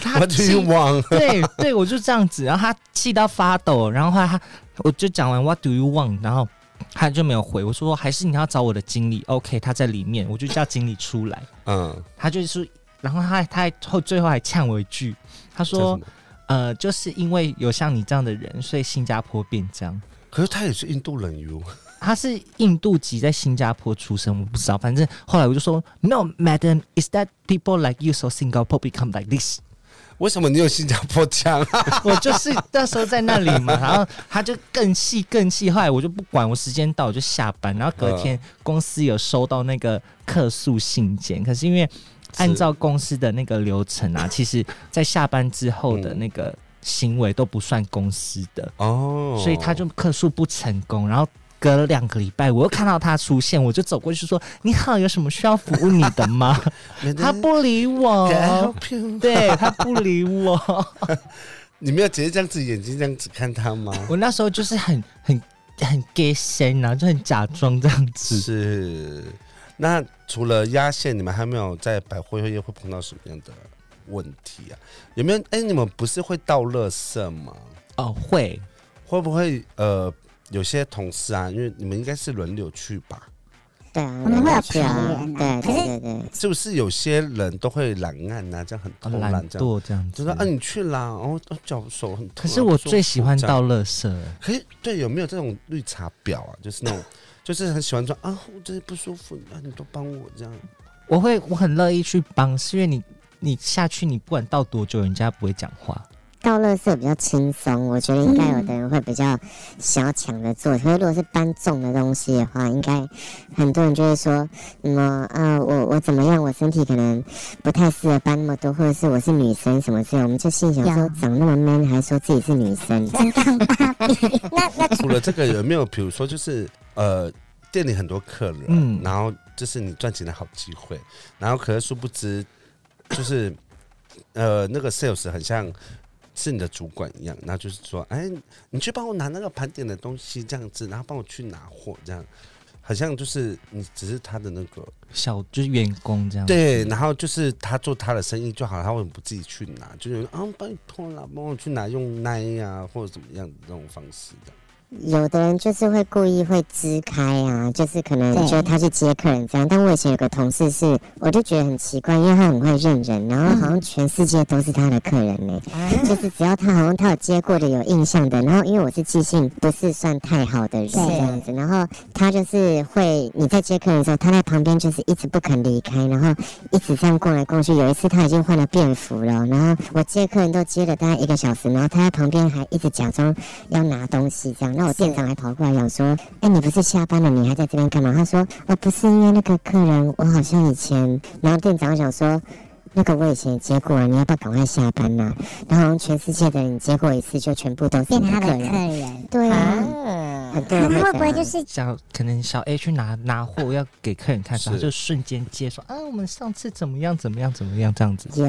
S1: 他
S2: What do you
S1: 气
S2: want？
S1: 对对，我就这样子，然后他气到发抖，然后后来他我就讲完 What do you want，然后他就没有回，我说还是你要找我的经理，OK，他在里面，我就叫经理出来，
S2: 嗯，
S1: 他就是，然后他还他还后最后还呛我一句，他说呃，就是因为有像你这样的人，所以新加坡变这样。
S2: 可是他也是印度人哦 哟，
S1: 他是印度籍，在新加坡出生，我不知道。反正后来我就说，No, madam, is that people like you so Singapore become like this？
S2: 为什么你有新加坡腔？啊
S1: 我就是那时候在那里 嘛，然后他就更气更气，后来我就不管，我时间到我就下班，然后隔天公司有收到那个客诉信件，可是因为按照公司的那个流程 啊，其实在下班之后的那个行为都不算公司的，
S2: 哦，
S1: 所以他就客诉不成功，然后。隔了两个礼拜，我又看到他出现，我就走过去说：“你好，有什么需要服务你的吗？” 他不哦理我
S2: Can I，help you？
S1: 对他不理 我。
S2: 你没有直接这样子眼睛这样子看他吗？
S1: 我那时候就是很很很 gay 声，然后就很假装这样子。
S2: 是。那除了压线，你们还没有在百货业会碰到什么样的问题啊？有没有？哎、你们不是会倒垃圾吗？
S1: 哦，会，
S2: 会不会呃，有些同事啊，因为你们应该是轮流去吧？
S3: 对啊，
S4: 我们会有
S3: 去啊
S4: 排员啊，
S3: 对
S4: 可是
S3: 对对对，
S2: 是不是有些人都会懒暗啊？这样很偷懒，
S1: 哦懒
S2: 这样
S1: 惰这样子
S2: 就说。啊，你去啦，哦，哦脚手很痛啊。
S1: 可是我最喜欢
S2: 不舒服这样
S1: 倒垃圾，欸
S2: 可是对，有没有这种绿茶婊啊？就是那种，就是很喜欢说啊，我真的不舒服，啊，你都帮我这样。
S1: 我会我很乐意去帮，是因为你你下去，你不管倒多久，人家不会讲话。
S3: 倒垃圾比较轻松，我觉得应该有的人会比较想要抢着做。可是如果是搬重的东西的话，应该很多人就会说什么啊，我我怎么样，我身体可能不太适合搬那么多，或者是我是女生什么之类的，我们就心想说
S4: 有
S3: 长那么 man 还说自己是女生，
S4: 那那
S2: 除了这个，有没有比如说就是呃，店里很多客人，
S1: 嗯
S2: 然后就是你赚钱的好机会，然后可是殊不知，就是呃，那个 sales 很像是你的主管一样，然后就是说，哎，你去帮我拿那个盘点的东西这样子，然后帮我去拿货这样。好像就是你只是他的那个
S1: 小就是员工这样。，
S2: 对，然后就是他做他的生意就好了，他为什么不自己去拿？就是啊，拜托啦，帮我去拿用奶呀、或者怎么样的那种方式的。
S3: 有的人就是会故意会支开啊，就是可能
S4: 对
S3: 觉得他去接客人这样。但我以前有个同事是，我就觉得很奇怪，因为他很会认人，然后好像全世界都是他的客人呢、 就是只要他好像他有接过的有印象的，然后因为我是记性不是算太好的人
S4: 对
S3: 这样子，然后他就是会你在接客人的时候，他在旁边就是一直不肯离开，然后一直这样逛来逛去。有一次他已经换了便服了，然后我接客人都接了大概一个小时，然后他在旁边还一直假装要拿东西这样。那我店长还跑过来讲说：“哎，你不是下班了，你还在这边干嘛？”他说：“哦，不是因为那个客人，我好像以前……”然后店长想说。那个我以前也接过啊，你要不要赶快下班啊呐、然后好像全世界的人你接过一次，就全部都是
S4: 变
S3: 你
S4: 他
S3: 的
S4: 的
S3: 客
S4: 客
S3: 人。
S4: 人
S3: 对啊，
S4: 啊，很
S3: 嗯，他
S4: 多人
S3: 们会
S4: 会
S3: 不
S4: 这
S3: 会
S4: 样
S3: 就是
S1: 小可能小 A 去拿拿货要给客人看的时候，
S2: 是
S1: 他就瞬间接说啊，我们上次怎么样怎么样怎么样这样子。
S4: 有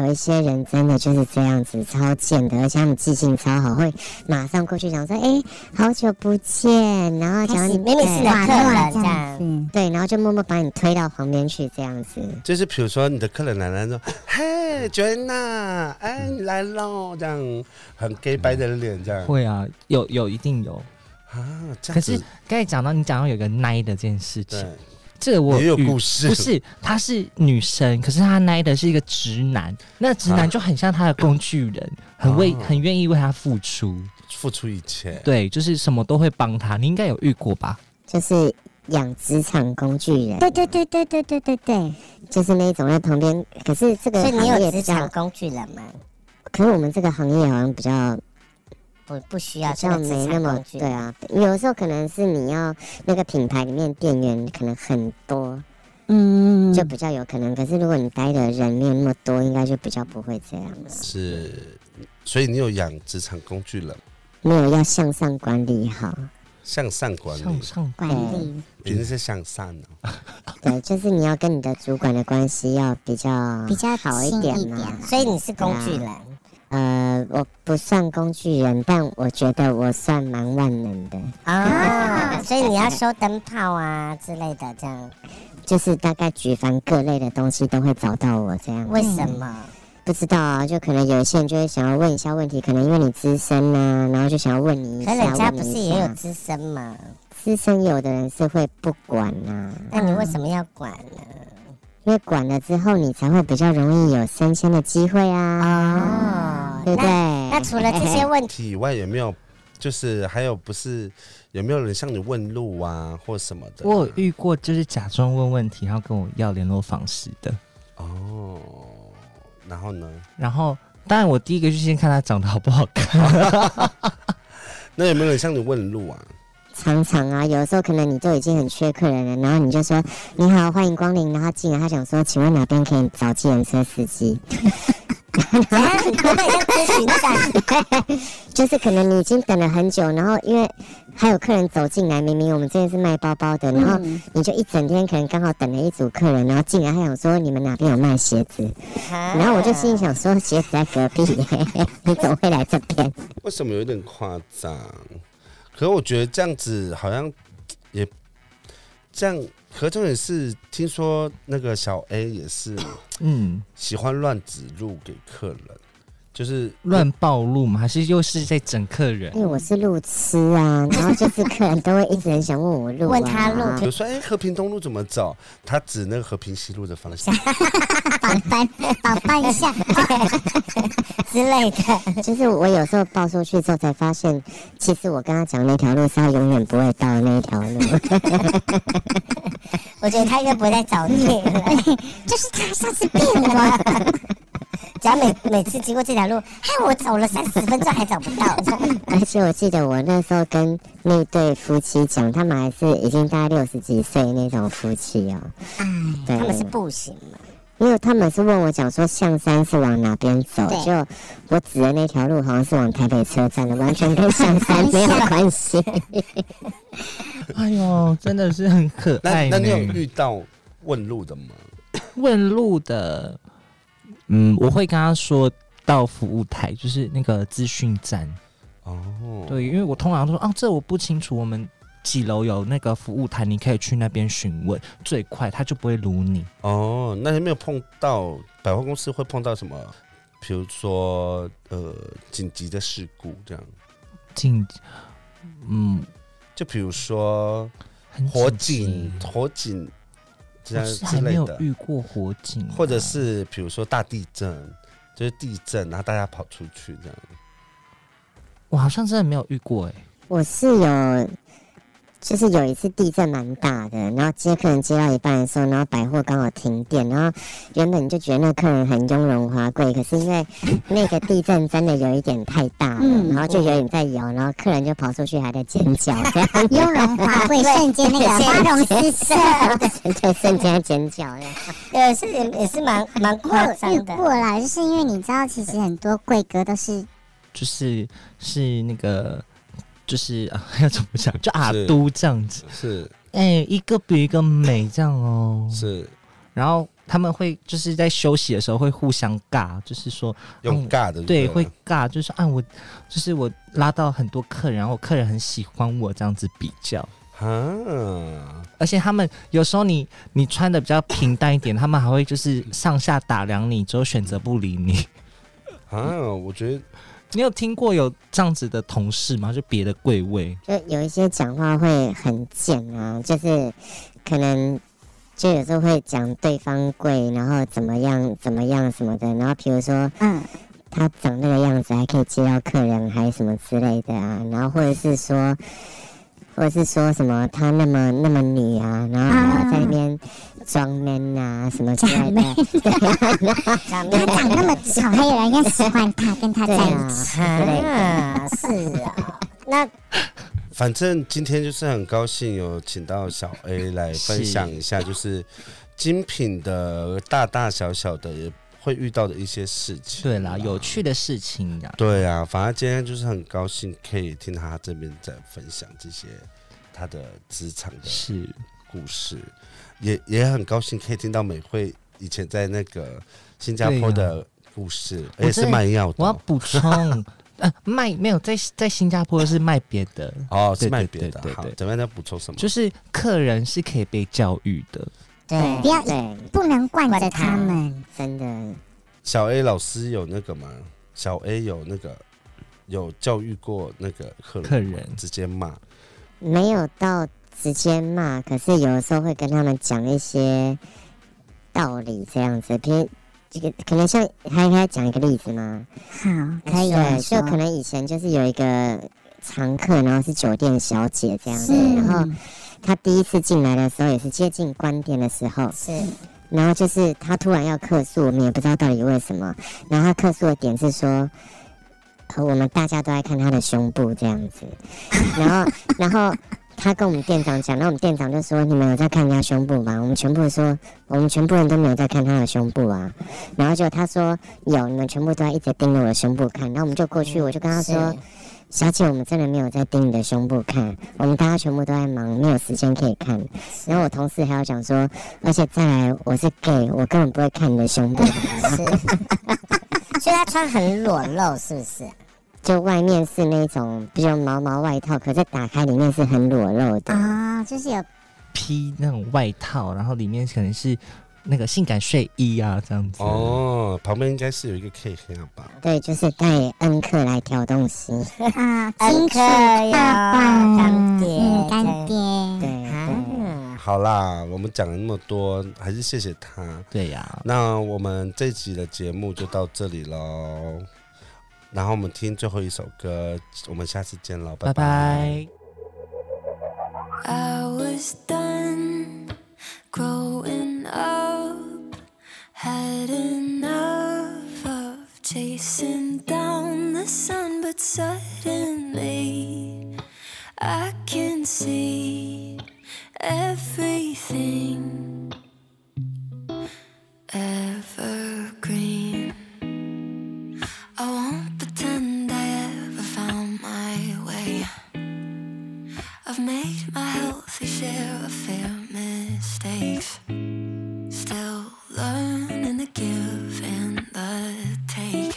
S4: 有一些人真的就是这样子，超贱的，而且他们记性超好，会马上过去讲说，哎、好久不见，然后
S3: 开
S4: 讲
S3: 始
S4: 你
S3: 明明哦是
S4: 对
S3: 哪
S7: 打
S3: 客
S7: 断
S3: 人
S7: 了
S3: 这
S7: 这
S3: 样
S7: 样？子，
S4: 对，然后就默默把你推到旁边去这样子。
S2: 就是比如说你的客人来了说：“嘿，Joanna，哎，你来喽！”这样很 gay 白的脸这样
S1: 嗯会啊，有有一定有。
S2: 啊，这
S1: 可
S2: 样
S1: 是
S2: 子
S1: 刚才讲到你讲到有个奶的这件事情，
S2: 对，
S1: 这个我
S2: 也有
S1: 遇
S2: 故事
S1: 不是，她是女生，可是她奈的是一个直男，那直男就很像她的工具人，很为
S2: 哦
S1: 很愿意为她付出，
S2: 付出一切，
S1: 对，就是什么都会帮她。你应该有遇过吧？
S4: 就是养职场工具人，啊
S3: 对对对对对对对对，
S4: 就是那一种在旁边。可是这个
S3: 所以你
S4: 行
S3: 有
S4: 业
S3: 职
S4: 比
S3: 场
S4: 较，
S3: 工具人吗？
S4: 可是我们这个行业好像比较
S3: 不不需
S4: 比
S3: 要这
S4: 较
S3: 个职
S4: 没那
S3: 场
S4: 么
S3: 工具
S4: 对
S3: 人，
S4: 啊。有时候可能是你要那个品牌里面店员可能很多，
S7: 嗯，
S4: 就比较有可能。可是如果你待的人没有那么多，应该就比较不会这样了。
S2: 是，所以你有养职场工具人，
S4: 没有要向上管理好，
S2: 向上管理
S1: 上，哦上
S7: 管理，
S2: 一定是向上的。
S4: 对，就是你要跟你的主管的关系要比较
S7: 比较
S4: 好
S7: 亲
S4: 点
S7: 一
S4: 嘛、
S7: 点
S3: 所以你是工具人。
S4: 呃，我不算工具人，但我觉得我算蛮万能的，
S3: 啊， 所以你要修灯泡啊之类的，这样
S4: 就是大概举凡各类的东西都会找到我这样。
S3: 为什么？
S4: 不知道啊，就可能有一些人就会想要问一下问题，可能因为你资深啊，然后就想要问你一
S3: 可
S4: 下。
S3: 是人家
S4: 问
S3: 不
S4: 你
S3: 是
S4: 一
S3: 也有
S4: 下
S3: 资深吗？
S4: 资深，有的人是会不管啊，
S3: 那你为什么要管呢？
S4: 因为管了之后你才会比较容易有升迁的机会啊，
S3: 哦，
S4: 对不对？
S3: 那那除了这些问题，
S2: 体以外有没有？就是还有不是有没有人向你问路啊，或什么的？
S1: 我有遇过就是假装问问题，然后跟我要联络方式的。
S2: 哦，然后呢？
S1: 然后，当然我第一个就先看他长得好不好看。
S2: 那有没有人向你问路啊？
S4: 常常啊，有时候可能你就已经很缺客人了，然后你就说你好，欢迎光临，然后他进来，他想说，请问哪边可以找计程车司机？
S3: 啊你根本像咨询站，
S4: 就是可能你已经等了很久，然后因为还有客人走进来，明明我们这边是卖包包的，然后你就一整天可能刚好等了一组客人，然后进来，他想说你们哪边有卖鞋子？然后我就心里想说，鞋子在隔壁耶、你怎么会来这边？
S2: 为什么有点夸张？可我觉得这样子好像也这样。可重点是，听说那个小 A 也是
S1: 嗯，
S2: 喜欢乱指路给客人，就是
S1: 乱暴露嘛，还是又是在整客人
S4: 因？哎为我是路痴 啊，然后就是客人都会一直很想问我路、啊，
S3: 问他路
S2: 比如说，哎、和平东路怎么走？他指那个和平西路的方向。
S3: 榜单榜单一 下之类的，
S4: 就是我有时候报出去之后才发现，其实我跟他讲那条路是他永远不会到的那一条路。
S3: 我觉得他应该不会再找你了， 就是他上次骗我。只要每每次经过这条路，害我走了三十分钟还找不到，
S4: 而且我记得我那时候跟那对夫妻讲，他们还是已经大概六十几岁那种夫妻哦。对
S3: 他，们是步行嘛？
S4: 因为他们是问我讲说象山是往哪边走，
S3: 对
S4: 就我指的那条路好像是往台北车站的，完全跟象山没有关系。
S1: 哎呦，真的是很可
S2: 那
S1: 爱呢。
S2: 那你有遇到问路的吗？
S1: 问路的？嗯，我会跟他说到服务台，就是那个资讯站。
S2: 哦，
S1: 对，因为我通常都说啊，这我不清楚，我们几楼有那个服务台，你可以去那边询问，最快他就不会撸你。
S2: 哦，那有没有碰到百货公司会碰到什么？比如说呃紧急的事故这样，
S1: 进，嗯，
S2: 就比如说
S1: 很
S2: 火
S1: 紧
S2: 警
S1: 急，
S2: 火警这
S1: 我
S2: 样
S1: 哦是
S2: 之
S1: 还没
S2: 类
S1: 有
S2: 的，
S1: 遇过火警啊，
S2: 或者是比如说大地震，就是地震，然后大家跑出去这样。
S1: 我好像真的没有遇过哎、
S4: 我是有，就是有一次地震蛮大的，然后接客人接到一半的时候，然后百货刚好停电，然后原本就觉得那个客人很雍容华贵，可是因为那个地震真的有一点太大了，
S3: 嗯
S4: 然后就有点在摇，然后客人就跑出去还在尖叫，这样
S7: 雍容华贵，瞬间那个花容失色，
S4: 对，瞬间在尖叫这样。
S3: 也是也也是蛮蛮夸
S7: 我有遇
S3: 张的。
S7: 过啦，就是因为你知道，其实很多贵哥都是
S1: 就是是那个就是啊， 要怎么讲？就阿
S2: 是
S1: 都这样子，
S2: 是
S1: 哎、一个比一个美这样哦。
S2: 是
S1: 然后他们会就是在休息的时候会互相尬，就是说
S2: 用尬的，
S1: 对，会尬，就是说啊，我就是我拉到很多客人，然后客人很喜欢我这样子比较，
S2: 啊，
S1: 而且他们有时候你你穿的比较平淡一点，他们还会就是上下打量你，之后选择不理你。
S2: 啊，我觉得
S1: 你有听过有这样子的同事吗？就别的柜位，
S4: 就有一些讲话会很贱啊，就是可能就有时候会讲对方贵，然后怎么样怎么样什么的，然后比如说
S3: 嗯，
S4: 他长那个样子还可以接到客人，还什么之类的啊，然后或者是说，或者是说什么他那么那么女啊，然后还在那边装 man 啊什么之类
S3: 长
S4: 的
S3: 妹，，
S8: 长
S3: 他长那么丑，还有人要喜欢他，跟他在
S4: 对
S3: 一
S4: 啊
S3: 起。
S4: 之类的。
S8: 啊，是啊。那
S2: 反正今天就是很高兴有请到小 A 来分享一下，就是精品的大大小小的会遇到的一些事情。啊
S1: 对啦，有趣的事情呀、
S2: 对啊，反正今天就是很高兴可以听他这边在分享这些他的职场的
S1: 是
S2: 故事，也也很高兴可以听到美惠以前在那个新加坡的故事，
S1: 啊我
S2: 而且是卖药
S1: 我要
S2: 的
S1: 补充， 呃，卖没有在在新加坡是卖别的，
S2: 哦，
S1: 对
S2: 是卖
S1: 对
S2: 别的
S1: 对。对
S2: 好
S1: 对，
S2: 怎么样再补充什么？
S1: 就是客人是可以被教育的。
S8: 对
S3: 不要
S4: 对，
S3: 不能惯着他们，
S4: 真的
S2: 小 A 老师有那个吗？小 A 有那个有教育过那个客人吗，
S1: 客人
S2: 直接骂
S4: 没有到直接骂，可是有的时候会跟他们讲一些道理这样子，比如这个可能像还还要讲一个例子吗？
S3: 好，可
S4: 可
S3: 以
S4: 以
S3: 了
S4: 啊，
S3: 说
S4: 就可能以前就是有一个常客，然后是酒店小姐这样子，然后
S3: 是
S4: 她第一次进来的时候也是接近关店的时候，
S8: 是
S4: 然后就是她突然要客诉，我们也不知道到底为什么，然后她客诉的点是说。呃我们大家都在看她的胸部这样子，然后，然后她跟我们店长讲，然后我们店长就说：“你们有在看人家胸部吗？”我们全部说：“我们全部人都没有在看她的胸部啊。”然后就她说：“有，你们全部都在一直盯着我的胸部看。”然后我们就过去，我就跟她说：“小姐，我们真的没有在盯你的胸部看，我们大家全部都在忙，没有时间可以看。然后我同事还要讲说，而且再来，我是 gay，我根本不会看你的胸 部，
S8: 是，所以他穿很裸露，是不是？
S4: 就外面是那种比较毛毛外套，可是打开里面是很裸露的。
S3: 啊，就是有
S1: 披那种外套，然后里面可能是那个性感睡衣啊，这样子。
S2: 哦，旁边应该是有一个 K 黑吧？
S4: 对，就是带恩客来挑东西。
S3: 啊，
S8: 恩
S3: 金
S8: 客
S3: 属
S8: 哟
S3: 大罐，
S8: 干爹
S3: 嗯干
S8: 对
S4: 对
S3: 爹，
S4: 对，
S8: 啊，
S2: 好啦，我们讲了那么多，还是谢谢他。
S1: 对呀、
S2: 那我们这集的节目就到这里喽，然后我们听最后一首歌，我们下次见喽，
S1: 拜拜。
S6: I was done growing up, had enough of chasing down the sun, but suddenly I can see everything evergreen. I won't pretend I ever found my way. I've made my healthy share of fair mistakes. Still learning the give and the take.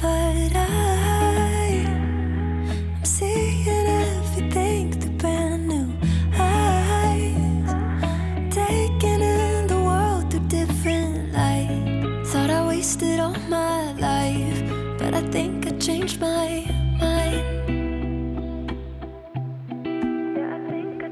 S6: But I, I'm seeing everything through brand new eyes. Taking in the world through different light. Thought I wasted all my life. But I think I changed my mind. Yeah, I think I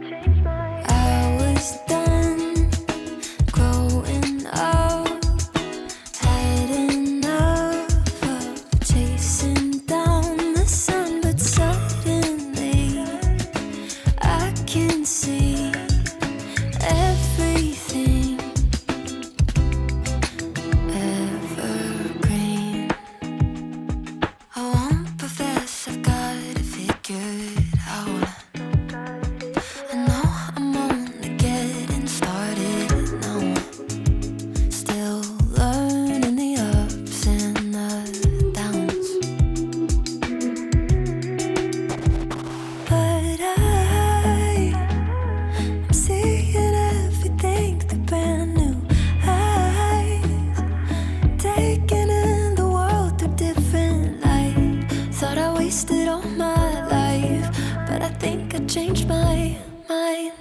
S6: I changed my mind.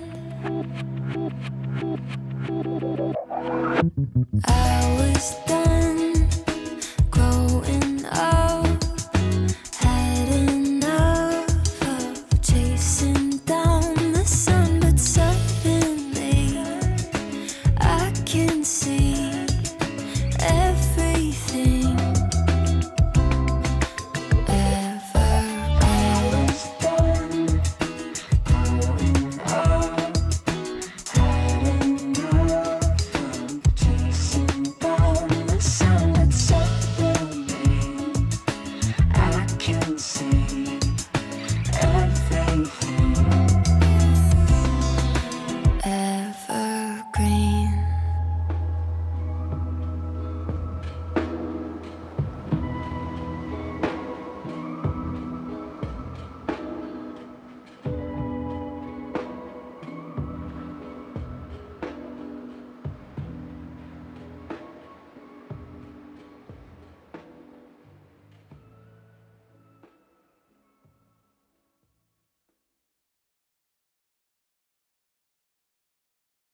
S6: I was down.